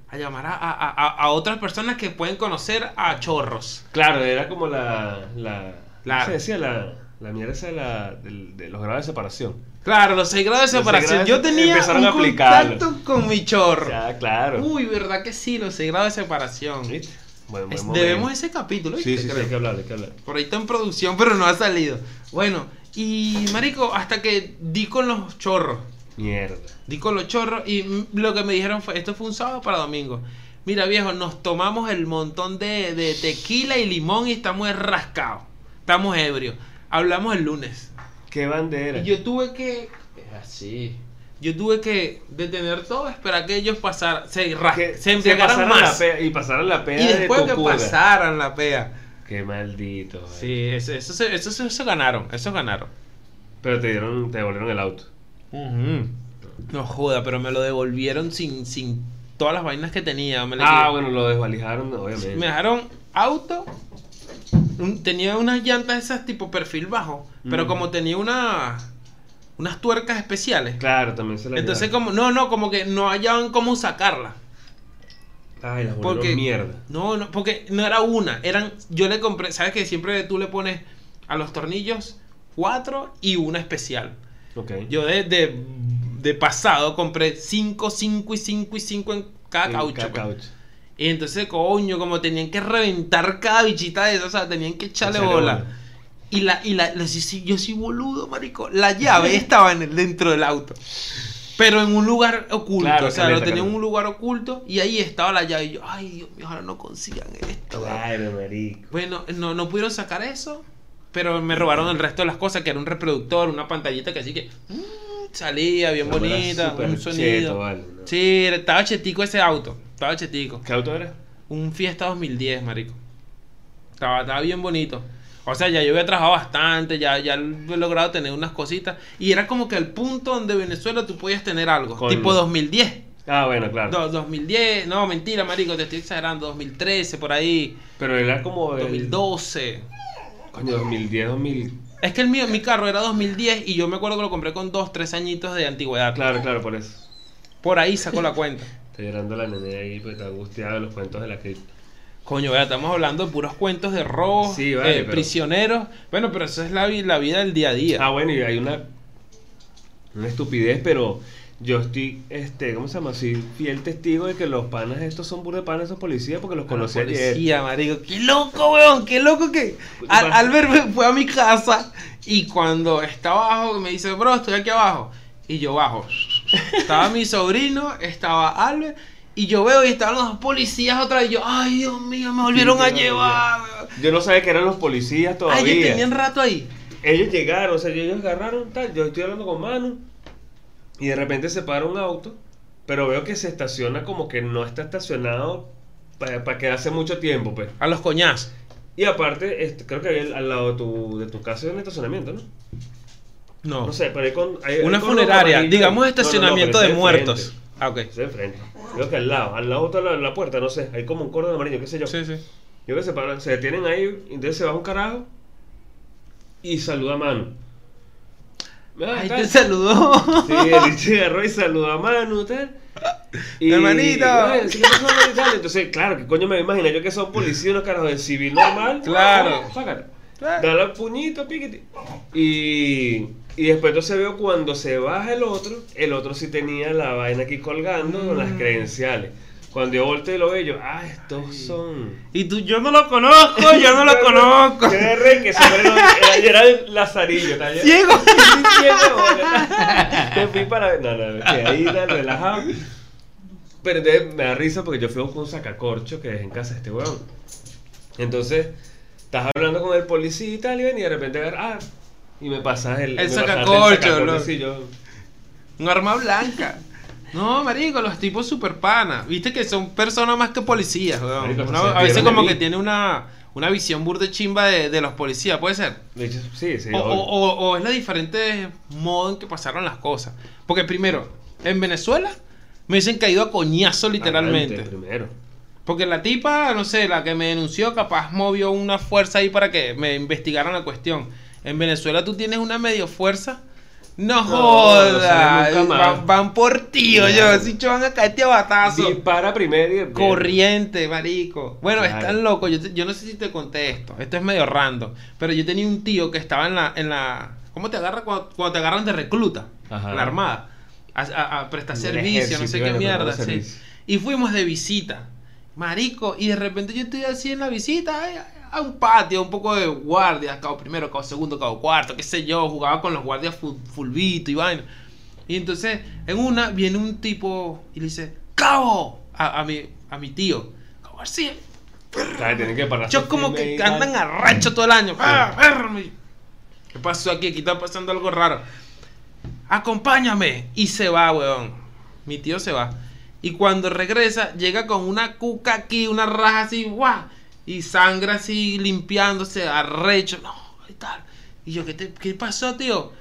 [SPEAKER 2] A llamar a, a- a- a otras personas que pueden conocer a chorros.
[SPEAKER 1] Claro, era como la. la
[SPEAKER 2] La-
[SPEAKER 1] ¿cómo se decía? La, la mierda esa de, la, del- de los grados de separación.
[SPEAKER 2] Claro, los 6 grados de
[SPEAKER 1] Los seis
[SPEAKER 2] separación.
[SPEAKER 1] grados
[SPEAKER 2] Yo tenía
[SPEAKER 1] empezaron
[SPEAKER 2] un
[SPEAKER 1] a aplicarlo.
[SPEAKER 2] contacto con mi chorro.
[SPEAKER 1] Ya, claro.
[SPEAKER 2] Uy, ¿verdad que sí? Los 6 grados de separación.
[SPEAKER 1] ¿Viste? Bueno,
[SPEAKER 2] Es-
[SPEAKER 1] buen
[SPEAKER 2] debemos
[SPEAKER 1] momento.
[SPEAKER 2] ese capítulo,
[SPEAKER 1] Sí,
[SPEAKER 2] ¿viste?
[SPEAKER 1] sí, sí,
[SPEAKER 2] Creo.
[SPEAKER 1] hay que hablar, hay que hablar.
[SPEAKER 2] Por ahí está en producción, pero no ha salido. Bueno, y marico, hasta que di con los chorros.
[SPEAKER 1] Mierda.
[SPEAKER 2] Di con los chorros y mm, lo que me dijeron fue, esto fue un sábado para domingo. Mira viejo, nos tomamos el montón de, de tequila y limón y estamos rascados. Estamos ebrios. Hablamos el lunes.
[SPEAKER 1] ¿Qué bandera?
[SPEAKER 2] Y yo tuve que. Así. Yo tuve que detener todo, esperar que ellos pasaran. Se, ra-
[SPEAKER 1] Que
[SPEAKER 2] se embriagaran
[SPEAKER 1] pasaran
[SPEAKER 2] más.
[SPEAKER 1] la pea- y pasaran la pea
[SPEAKER 2] y después
[SPEAKER 1] de
[SPEAKER 2] que
[SPEAKER 1] Tocuda.
[SPEAKER 2] pasaran la pea.
[SPEAKER 1] Qué maldito. vale.
[SPEAKER 2] Sí, eso, eso, se- eso, se- eso ganaron. Eso ganaron.
[SPEAKER 1] Pero te dieron, te devolvieron el auto.
[SPEAKER 2] No joda, pero me lo devolvieron sin, sin todas las vainas que tenía. Me, le-
[SPEAKER 1] Ah, bueno, lo desvalijaron, obviamente.
[SPEAKER 2] me dejaron auto. un- tenía unas llantas esas tipo perfil bajo. Pero
[SPEAKER 1] Mm.
[SPEAKER 2] como tenía una, unas tuercas especiales.
[SPEAKER 1] Claro, también se la
[SPEAKER 2] Entonces,
[SPEAKER 1] llevaron.
[SPEAKER 2] como, no, no, como que no hallaban cómo sacarla.
[SPEAKER 1] Ay, las volvieron
[SPEAKER 2] Porque,
[SPEAKER 1] mierda.
[SPEAKER 2] No, no, porque no era una, eran, yo le compré, sabes que siempre tú le pones a los tornillos cuatro y una especial.
[SPEAKER 1] Ok.
[SPEAKER 2] Yo de, de, de pasado compré cinco, cinco y cinco y cinco en cada
[SPEAKER 1] En
[SPEAKER 2] caucho.
[SPEAKER 1] cada
[SPEAKER 2] pues.
[SPEAKER 1] caucho.
[SPEAKER 2] Y entonces, coño, como tenían que reventar cada bichita de esas, o sea, tenían que echarle
[SPEAKER 1] Echarle
[SPEAKER 2] bola.
[SPEAKER 1] bola.
[SPEAKER 2] Y la, y la, la- sí, sí, yo soy boludo, marico. La llave estaba en el- dentro del auto. Pero en un lugar oculto.
[SPEAKER 1] Claro,
[SPEAKER 2] o sea, lo
[SPEAKER 1] caleta,
[SPEAKER 2] tenía en
[SPEAKER 1] caleta.
[SPEAKER 2] un lugar oculto y ahí estaba la llave. Y yo, ay, Dios mío, ahora no consigan esto.
[SPEAKER 1] Claro, marico.
[SPEAKER 2] Bueno, no, no pudieron sacar eso, pero me robaron el resto de las cosas, que era un reproductor, una pantallita que así que mm, salía bien
[SPEAKER 1] Pero era
[SPEAKER 2] bonita,
[SPEAKER 1] súper
[SPEAKER 2] un
[SPEAKER 1] cheto,
[SPEAKER 2] sonido.
[SPEAKER 1] vale, ¿no?
[SPEAKER 2] Sí, estaba chetico ese auto, estaba chetico.
[SPEAKER 1] ¿Qué auto era?
[SPEAKER 2] Un Fiesta 2010, marico. Estaba, estaba bien bonito. O sea, ya yo había trabajado bastante, ya, ya he logrado tener unas cositas. Y era como que el punto donde Venezuela tú podías tener algo.
[SPEAKER 1] Coño.
[SPEAKER 2] Tipo 2010.
[SPEAKER 1] Ah, bueno, claro.
[SPEAKER 2] No, 2010, no, mentira, marico, te estoy exagerando. 2013, por ahí.
[SPEAKER 1] Pero era como. el-
[SPEAKER 2] 2012.
[SPEAKER 1] Coño, 2010, 2000.
[SPEAKER 2] Es que el mío, mi carro era 2010 y yo me acuerdo que lo compré con 2, 3 añitos de antigüedad.
[SPEAKER 1] Claro, claro, por eso.
[SPEAKER 2] Por ahí sacó la cuenta.
[SPEAKER 1] Está llorando la nene ahí porque está angustiada de los cuentos de la cripta.
[SPEAKER 2] Coño, vea, estamos hablando de puros cuentos de robos,
[SPEAKER 1] Sí, vale,
[SPEAKER 2] eh,
[SPEAKER 1] pero-
[SPEAKER 2] prisioneros. Bueno, pero eso es la, vi- la vida del día a día.
[SPEAKER 1] Ah, bueno, y hay una, una estupidez, pero yo estoy, este, ¿cómo se llama? Soy fiel testigo de que los panas estos son burda de panas, esos policías, porque los conocí ayer.
[SPEAKER 2] Ah, policía, marico. Qué loco, weón, qué loco que.
[SPEAKER 1] Pues,
[SPEAKER 2] Al- Albert me- fue a mi casa y cuando está abajo me dice, bro, estoy aquí abajo. Y yo bajo. Estaba mi sobrino, estaba Albert. Y yo veo y estaban los dos policías otra vez. Y yo, ay, Dios mío, me volvieron a
[SPEAKER 1] Sí, qué
[SPEAKER 2] llevar. weón".
[SPEAKER 1] Yo no sabía que eran los policías
[SPEAKER 2] Ah,
[SPEAKER 1] todavía.
[SPEAKER 2] ellos tenían rato ahí.
[SPEAKER 1] Ellos llegaron, o sea, ellos agarraron, tal, yo estoy hablando con Manu, y de repente se para un auto, pero veo que se estaciona como que no está estacionado para que hace mucho tiempo, pues.
[SPEAKER 2] A los coñazos.
[SPEAKER 1] Y aparte, este, creo que había al- al lado de tu, de tu casa hay un estacionamiento, ¿no?
[SPEAKER 2] No.
[SPEAKER 1] No sé, pero hay con. hay-
[SPEAKER 2] Una
[SPEAKER 1] hay con los
[SPEAKER 2] funeraria,
[SPEAKER 1] amarillos.
[SPEAKER 2] digamos
[SPEAKER 1] No, no, no, pero
[SPEAKER 2] estacionamiento
[SPEAKER 1] está
[SPEAKER 2] de
[SPEAKER 1] de
[SPEAKER 2] muertos.
[SPEAKER 1] frente.
[SPEAKER 2] Ah, ok.
[SPEAKER 1] Está de frente. Creo que al lado, al lado está la, la puerta, no sé. Hay como un cordón amarillo, qué sé yo.
[SPEAKER 2] Sí, sí.
[SPEAKER 1] Yo que se paran, se detienen ahí, y entonces se va un carajo y saluda a Manu. Ah,
[SPEAKER 2] Ahí
[SPEAKER 1] tal.
[SPEAKER 2] te saludó.
[SPEAKER 1] Sí, el Ichi agarró y saludó a Manu, tal.
[SPEAKER 2] Hermanito.
[SPEAKER 1] bueno, sí, ¿qué pasó, hermano? Y tal. Entonces, claro, que coño me imagino yo que son policías, unos carajos de civil normal.
[SPEAKER 2] Claro.
[SPEAKER 1] Sácalo. Dale al puñito, piquete. Y. Y después entonces veo cuando se baja el otro, el otro sí tenía la vaina aquí colgando con las
[SPEAKER 2] Mm.
[SPEAKER 1] credenciales. Cuando yo volteo y lo veo, yo, ah, estos son.
[SPEAKER 2] Y tú, yo no lo conozco, yo no lo conozco.
[SPEAKER 1] Qué de re que siempre lo- era Gerald Lazarillo, ¿está bien?
[SPEAKER 2] Ciego.
[SPEAKER 1] Sí, sí, ciego, bola. Te fui para. No, no, que ahí tal, relajado. Pero entonces me da risa porque yo fui con un sacacorcho que dejé en casa de este weón. Entonces, estás hablando con el policía y tal, y ven, y de repente ver, ah, y me pasas el.
[SPEAKER 2] El
[SPEAKER 1] me pasaste
[SPEAKER 2] sacacorcho, loco.
[SPEAKER 1] sí, yo-
[SPEAKER 2] Un arma blanca. No, marico, los tipos super panas. Viste que son personas más que policías, weón.
[SPEAKER 1] Marico, se
[SPEAKER 2] Una- a
[SPEAKER 1] sintieron
[SPEAKER 2] veces
[SPEAKER 1] de
[SPEAKER 2] como
[SPEAKER 1] mí.
[SPEAKER 2] que tiene una, una visión burda y chimba de, de los policías, puede ser.
[SPEAKER 1] De hecho, sí, sí.
[SPEAKER 2] O,
[SPEAKER 1] obvio.
[SPEAKER 2] o- o- o es la diferente modo en que pasaron las cosas. Porque primero, en Venezuela me dicen caído a coñazo literalmente.
[SPEAKER 1] Adelante, primero.
[SPEAKER 2] Porque la tipa, no sé, la que me denunció, capaz movió una fuerza ahí para que me investigaran la cuestión. En Venezuela tú tienes una medio fuerza. No,
[SPEAKER 1] No, no
[SPEAKER 2] joda,
[SPEAKER 1] sale nunca más.
[SPEAKER 2] van, van por ti, oye,
[SPEAKER 1] Claro.
[SPEAKER 2] si te van a caerte a batazo.
[SPEAKER 1] Dispara primero y.
[SPEAKER 2] Corriente, marico. Bueno,
[SPEAKER 1] Claro.
[SPEAKER 2] están locos. Yo, te- yo no sé si te conté esto. Esto es medio random. Pero yo tenía un tío que estaba en la. En la ¿Cómo te agarra cuando, cuando te agarran de recluta?
[SPEAKER 1] Ajá.
[SPEAKER 2] En La armada. A, a- a prestar
[SPEAKER 1] Del
[SPEAKER 2] servicio, no
[SPEAKER 1] ejército,
[SPEAKER 2] sé qué
[SPEAKER 1] bueno,
[SPEAKER 2] mierda.
[SPEAKER 1] prestando
[SPEAKER 2] sí.
[SPEAKER 1] servicio.
[SPEAKER 2] Y fuimos de visita. Marico, y de repente yo estoy así en la visita. ay, A un patio, un poco de guardias, cabo primero, cabo segundo, cabo cuarto, qué sé yo, jugaba con los guardias fu- fulbito y vaina. Y entonces, en una, viene un tipo y le dice, ¡Cabo! A, a mi, a mi tío. Cabo García.
[SPEAKER 1] Claro, tienen que parar.
[SPEAKER 2] Yo como que andan arracho todo el año. ¡Ah, perro! Me- ¿Qué pasó aquí? Aquí está pasando algo raro. Acompáñame. Y se va, weón. Mi tío se va. Y cuando regresa, llega con una cuca aquí, una raja así, ¡guau! Y sangra así, limpiándose, arrecho. No, y tal. Y yo, ¿qué, te- qué pasó, tío?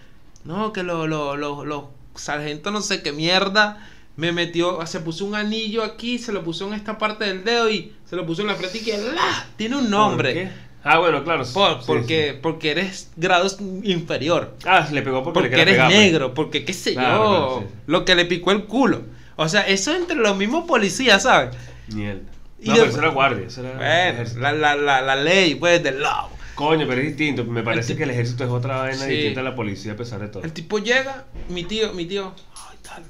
[SPEAKER 2] No, que los lo, lo, los sargentos no sé qué mierda. Me metió, se puso un anillo aquí, se lo puso en esta parte del dedo y se lo puso en la frente y que ¡la! Tiene un nombre.
[SPEAKER 1] ¿Por qué? Ah, bueno, claro. sí,
[SPEAKER 2] Por-
[SPEAKER 1] sí,
[SPEAKER 2] porque, porque eres grado inferior.
[SPEAKER 1] sí. Ah, le pegó porque,
[SPEAKER 2] Porque,
[SPEAKER 1] le quería
[SPEAKER 2] eres
[SPEAKER 1] pegar, pues.
[SPEAKER 2] negro. Porque qué sé
[SPEAKER 1] Claro,
[SPEAKER 2] yo.
[SPEAKER 1] claro, sí, sí.
[SPEAKER 2] Lo que le picó el culo. O sea, eso entre los mismos policías, ¿sabes?
[SPEAKER 1] Mierda.
[SPEAKER 2] Y
[SPEAKER 1] No,
[SPEAKER 2] de-
[SPEAKER 1] pero eso era guardia. Eso era
[SPEAKER 2] Bueno,
[SPEAKER 1] ejército.
[SPEAKER 2] la, la, la, la ley, pues, del lado.
[SPEAKER 1] Coño, pero es distinto. Me parece que el ejército es otra vaina
[SPEAKER 2] Sí.
[SPEAKER 1] distinta a la policía a pesar de todo.
[SPEAKER 2] El tipo llega, mi tío, mi tío. Ay, tal.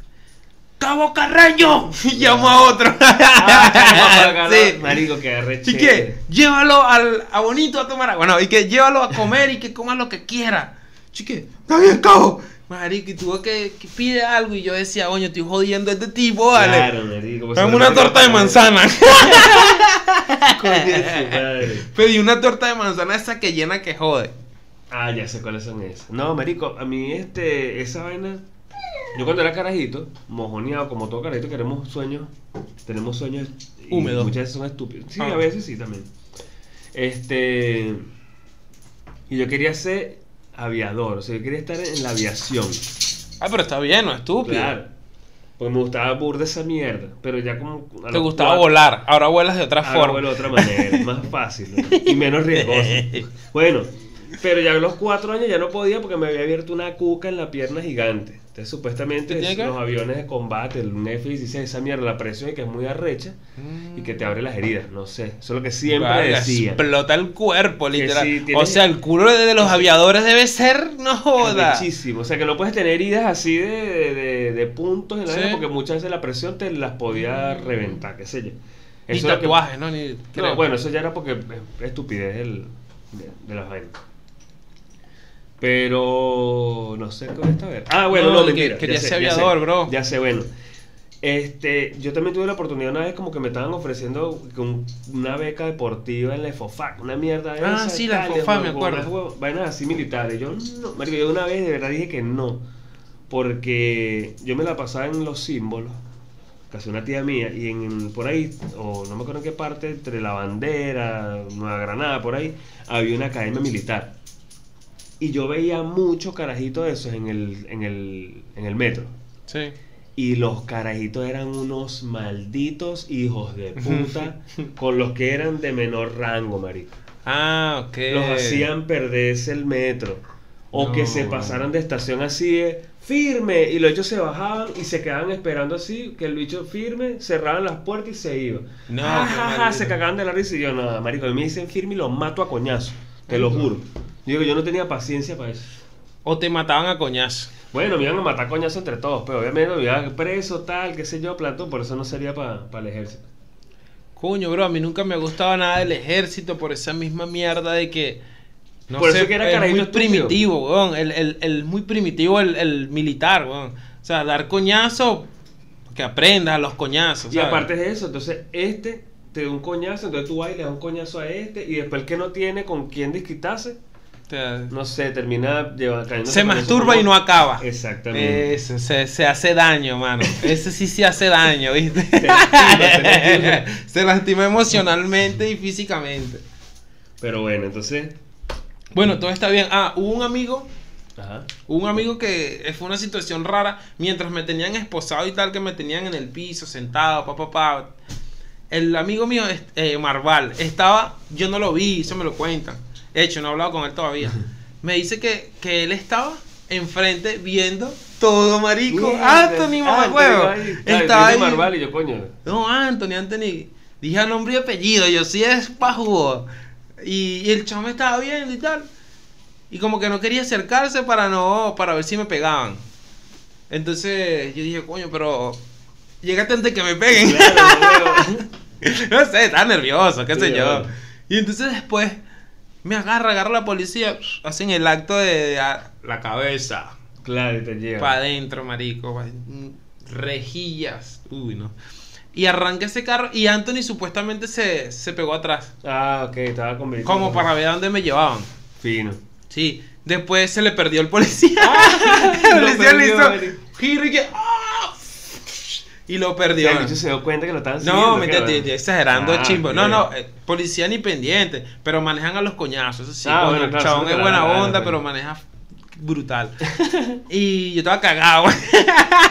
[SPEAKER 2] ¡Cabo Carreño! Y llamó a otro.
[SPEAKER 1] Ah,
[SPEAKER 2] Sí.
[SPEAKER 1] Marico, que arreche.
[SPEAKER 2] Y que llévalo al, a Bonito a tomar agua. No, y que llévalo a comer y que coma lo que quiera. Chique, está bien, cabo. Marico, y tuvo que, que pide algo. Y yo decía, oño, estoy jodiendo a este tipo, vale.
[SPEAKER 1] Claro, marico. pues,
[SPEAKER 2] Dame
[SPEAKER 1] eso
[SPEAKER 2] una
[SPEAKER 1] no te
[SPEAKER 2] torta de
[SPEAKER 1] pasa.
[SPEAKER 2] manzana.
[SPEAKER 1] Coño, su madre.
[SPEAKER 2] Pedí una torta de manzana esa que llena que jode.
[SPEAKER 1] Ah, ya sé cuáles son esas. No, marico, a mí este, esa vaina. Yo cuando era carajito, mojoneado, como todo carajito, queremos sueños. Tenemos sueños y
[SPEAKER 2] Húmedos.
[SPEAKER 1] Muchas veces son estúpidos. Sí,
[SPEAKER 2] Ah.
[SPEAKER 1] a veces sí también. Este. Y yo quería ser aviador, o sea, yo quería estar en la aviación.
[SPEAKER 2] Ah, pero está bien, no estúpido.
[SPEAKER 1] Claro. Porque me gustaba burda esa mierda. Pero ya como. a
[SPEAKER 2] Te
[SPEAKER 1] los
[SPEAKER 2] gustaba
[SPEAKER 1] cuatro-
[SPEAKER 2] volar, ahora vuelas de otra
[SPEAKER 1] Ahora
[SPEAKER 2] forma.
[SPEAKER 1] vuelo de otra manera, es más fácil ¿no? y menos riesgoso. Bueno, pero ya a los cuatro años ya no podía porque me había abierto una cuca en la pierna gigante. Entonces, supuestamente,
[SPEAKER 2] ¿Qué tiene
[SPEAKER 1] es-
[SPEAKER 2] que ver?
[SPEAKER 1] los aviones de combate, el Netflix dice esa mierda, la presión y que es muy arrecha y que te abre las heridas. No sé, eso es lo que siempre
[SPEAKER 2] Mm, Vale,
[SPEAKER 1] decía.
[SPEAKER 2] Explota el cuerpo,
[SPEAKER 1] Que
[SPEAKER 2] literal.
[SPEAKER 1] sí,
[SPEAKER 2] O
[SPEAKER 1] tienes-
[SPEAKER 2] sea, el culo de los aviadores debe ser, no joda.
[SPEAKER 1] Muchísimo, o sea que no puedes tener heridas así de, de- de- de puntos en la
[SPEAKER 2] Sí.
[SPEAKER 1] vida porque muchas veces la presión te las podía reventar, qué sé yo.
[SPEAKER 2] Ni
[SPEAKER 1] es lo que-
[SPEAKER 2] tatuajes, ¿no? Ni,
[SPEAKER 1] No,
[SPEAKER 2] creo.
[SPEAKER 1] bueno, eso ya era porque es estupidez del- de, de las vainas. Pero no sé cómo está ver. Ah, bueno,
[SPEAKER 2] No,
[SPEAKER 1] no,
[SPEAKER 2] de que
[SPEAKER 1] mentira.
[SPEAKER 2] quería
[SPEAKER 1] ya sé,
[SPEAKER 2] ser
[SPEAKER 1] ya sé,
[SPEAKER 2] aviador, bro.
[SPEAKER 1] Ya sé, bueno. Este, yo también tuve la oportunidad una vez como que me estaban ofreciendo que un- una beca deportiva en la EFOFAC, una mierda de
[SPEAKER 2] Ah,
[SPEAKER 1] esa,
[SPEAKER 2] sí, la
[SPEAKER 1] tal,
[SPEAKER 2] EFOFAC, me
[SPEAKER 1] con
[SPEAKER 2] acuerdo.
[SPEAKER 1] unas huevo- Vainas así militares. Yo no, marico, yo una vez de verdad dije que no, porque yo me la pasaba en los símbolos casi una tía mía, y en, en- por ahí, o no me acuerdo en qué parte, entre la bandera, Nueva Granada, por ahí, había una academia militar. Y yo veía muchos carajitos de esos en el, en el, en el metro.
[SPEAKER 2] Sí.
[SPEAKER 1] Y los carajitos eran unos malditos hijos de puta con los que eran de menor rango, marico.
[SPEAKER 2] Ah, ok.
[SPEAKER 1] Los hacían perderse el metro. O que
[SPEAKER 2] No,
[SPEAKER 1] se
[SPEAKER 2] bueno.
[SPEAKER 1] pasaran de estación así de firme. Y los hechos se bajaban y se quedaban esperando así, que el bicho firme, cerraban las puertas y se iba.
[SPEAKER 2] No,
[SPEAKER 1] Ah,
[SPEAKER 2] qué
[SPEAKER 1] ja, ja,
[SPEAKER 2] maldito.
[SPEAKER 1] se cagaban de la risa y yo, nada, marico, a mí me dicen firme y los mato a coñazo. Te lo
[SPEAKER 2] Ay, no.
[SPEAKER 1] juro. Digo, yo no tenía paciencia para eso.
[SPEAKER 2] o te mataban a coñazo.
[SPEAKER 1] Bueno, me iban a matar coñazo entre todos, pero obviamente me iban preso, tal, qué sé yo, plantón, por eso no sería para el ejército.
[SPEAKER 2] Coño, bro, a mí nunca me ha gustado nada del ejército por esa misma mierda de que. No
[SPEAKER 1] Por eso
[SPEAKER 2] sé,
[SPEAKER 1] que era
[SPEAKER 2] es
[SPEAKER 1] carajito
[SPEAKER 2] muy
[SPEAKER 1] estúpido.
[SPEAKER 2] primitivo, weón. El, el, el muy primitivo el, el militar, weón. O sea, dar coñazo, que aprendas los coñazos.
[SPEAKER 1] Y
[SPEAKER 2] ¿sabes?
[SPEAKER 1] aparte de eso, entonces este te da un coñazo, entonces tú vas y le das un coñazo a este, y después el que no tiene con quién disquitarse,
[SPEAKER 2] O sea,
[SPEAKER 1] no sé, termina llevando cayendo.
[SPEAKER 2] se masturba y no acaba.
[SPEAKER 1] Exactamente.
[SPEAKER 2] Eso, se, se hace daño, mano. Ese sí se hace daño, ¿viste?
[SPEAKER 1] Se lastima, se lastima.
[SPEAKER 2] se lastima emocionalmente y físicamente.
[SPEAKER 1] Pero bueno, entonces.
[SPEAKER 2] Bueno, todo está bien. Ah, hubo un amigo
[SPEAKER 1] Ajá.
[SPEAKER 2] Un amigo que eh, fue una situación rara, mientras me tenían esposado y tal, que me tenían en el piso, sentado, pa, pa, pa. El amigo mío, es- eh, Marval, estaba, yo no lo vi, eso me lo cuentan. De hecho, no he hablado con él todavía. Me dice que, que él estaba enfrente viendo todo, marico. Anthony,
[SPEAKER 1] ah,
[SPEAKER 2] mamá huevo. Estaba ahí.
[SPEAKER 1] Marval y yo, coño.
[SPEAKER 2] No, Anthony, Anthony. Dije a nombre y apellido, yo sí es pa' jugo. Y, y el chamo me estaba viendo y tal. Y como que no quería acercarse para no, para ver si me pegaban. Entonces yo dije, coño, pero llegate antes que me peguen.
[SPEAKER 1] Claro, huevo.
[SPEAKER 2] no sé, estaba nervioso, qué
[SPEAKER 1] Sí,
[SPEAKER 2] sé yo.
[SPEAKER 1] bueno.
[SPEAKER 2] Y entonces después me agarra, agarra la policía, hacen el acto de, de a- la cabeza.
[SPEAKER 1] Claro, y te lleva.
[SPEAKER 2] Para adentro, marico. pa' adentro. Rejillas. Uy, no. Y arranca ese carro y Anthony supuestamente se, se pegó atrás.
[SPEAKER 1] Ah, ok, estaba convencido.
[SPEAKER 2] Como para ver a dónde me llevaban.
[SPEAKER 1] Fino.
[SPEAKER 2] Sí. Después se le perdió el policía. el
[SPEAKER 1] lo
[SPEAKER 2] policía le
[SPEAKER 1] perdió,
[SPEAKER 2] hizo
[SPEAKER 1] marico.
[SPEAKER 2] giro y que- ¡ah! Y lo perdió.
[SPEAKER 1] El bicho se dio cuenta que lo estaban siguiendo.
[SPEAKER 2] No, me
[SPEAKER 1] claro.
[SPEAKER 2] estoy exagerando,
[SPEAKER 1] Ah,
[SPEAKER 2] chimbo. No,
[SPEAKER 1] bien.
[SPEAKER 2] no, eh, policía ni pendiente, pero manejan a los coñazos. Eso sí,
[SPEAKER 1] Ah,
[SPEAKER 2] coño,
[SPEAKER 1] bueno,
[SPEAKER 2] el
[SPEAKER 1] claro,
[SPEAKER 2] chabón
[SPEAKER 1] eso
[SPEAKER 2] es
[SPEAKER 1] te la
[SPEAKER 2] buena
[SPEAKER 1] gana,
[SPEAKER 2] onda,
[SPEAKER 1] coño.
[SPEAKER 2] pero maneja brutal. y yo estaba cagado.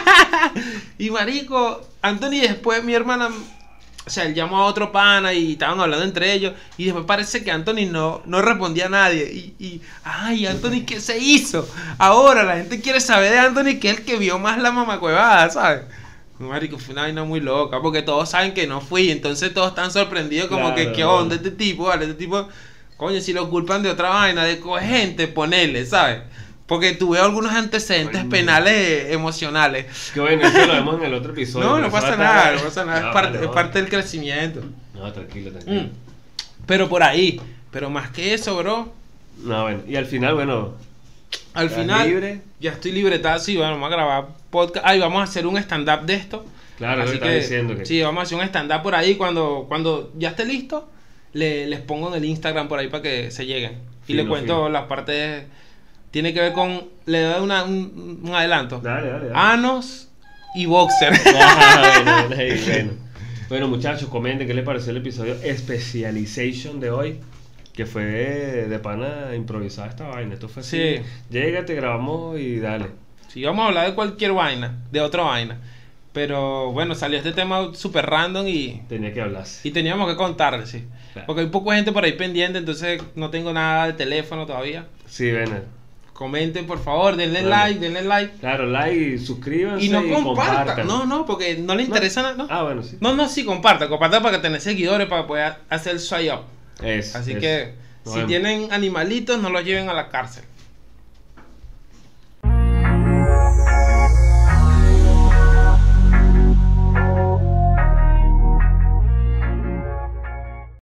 [SPEAKER 2] y marico, Anthony después mi hermana, o sea, él llamó a otro pana y estaban hablando entre ellos. Y después parece que Anthony no, no respondía a nadie. Y, y, ay, Anthony, ¿qué se hizo? Ahora la gente quiere saber de Anthony que es el que vio más la mamacuevada, ¿sabes? Marico, fue una vaina muy loca, porque todos saben que no fui, entonces todos están sorprendidos como
[SPEAKER 1] Claro,
[SPEAKER 2] que, ¿qué
[SPEAKER 1] claro.
[SPEAKER 2] onda este tipo? Vale, este tipo, coño, si lo culpan de otra vaina, de cogente, ponele, ¿sabes? Porque tuve algunos antecedentes
[SPEAKER 1] Coño.
[SPEAKER 2] penales emocionales.
[SPEAKER 1] Que bueno, eso lo vemos en el otro episodio.
[SPEAKER 2] no,
[SPEAKER 1] pero
[SPEAKER 2] no
[SPEAKER 1] eso va a
[SPEAKER 2] pasa
[SPEAKER 1] estar-
[SPEAKER 2] nada, no pasa nada,
[SPEAKER 1] No,
[SPEAKER 2] es, parte,
[SPEAKER 1] vale,
[SPEAKER 2] es
[SPEAKER 1] no.
[SPEAKER 2] parte del crecimiento.
[SPEAKER 1] No, tranquilo, tranquilo.
[SPEAKER 2] Mm. Pero por ahí, pero más que eso, bro,
[SPEAKER 1] No, bueno. Y al final, bueno.
[SPEAKER 2] al
[SPEAKER 1] estás
[SPEAKER 2] final
[SPEAKER 1] libre.
[SPEAKER 2] ya estoy libretazo y bueno, vamos a grabar podcast. Ay, vamos a hacer un stand-up de esto.
[SPEAKER 1] Claro,
[SPEAKER 2] Así
[SPEAKER 1] lo que, estás diciendo. Que...
[SPEAKER 2] Sí, vamos a hacer un stand-up por ahí. Cuando, cuando ya esté listo, le- les pongo en el Instagram por ahí para que se lleguen. Y
[SPEAKER 1] Fino,
[SPEAKER 2] le cuento
[SPEAKER 1] fino.
[SPEAKER 2] las partes. Tiene que ver con. Le doy una- un, un adelanto:
[SPEAKER 1] Dale, dale, dale.
[SPEAKER 2] Ah, Anos y Boxer.
[SPEAKER 1] Ah, bueno, bueno, y bueno. Bueno, muchachos, comenten qué les pareció el episodio Specialization de hoy. Que fue de pana improvisada esta vaina. Esto fue así.
[SPEAKER 2] Sí.
[SPEAKER 1] Llega, te grabamos y dale.
[SPEAKER 2] Sí, vamos a hablar de cualquier vaina, de otra vaina. Pero bueno, salió este tema súper random y,
[SPEAKER 1] Tenía que hablarse.
[SPEAKER 2] y teníamos que contarles, sí.
[SPEAKER 1] Claro.
[SPEAKER 2] Porque hay poca gente por ahí pendiente, entonces no tengo nada de teléfono todavía.
[SPEAKER 1] Sí, bueno.
[SPEAKER 2] Comenten, por favor, denle
[SPEAKER 1] Bueno.
[SPEAKER 2] like, denle like.
[SPEAKER 1] Claro, like, suscríbanse
[SPEAKER 2] Y no comparta.
[SPEAKER 1] compartan.
[SPEAKER 2] No, no, porque no le interesa nada. No.
[SPEAKER 1] Ah, bueno, sí.
[SPEAKER 2] no, no, sí, comparta. Comparta para que tenés seguidores para poder hacer el swipe up.
[SPEAKER 1] Eso,
[SPEAKER 2] Así
[SPEAKER 1] eso.
[SPEAKER 2] que,
[SPEAKER 1] Nos
[SPEAKER 2] si
[SPEAKER 1] vemos.
[SPEAKER 2] tienen animalitos, no los lleven a la cárcel.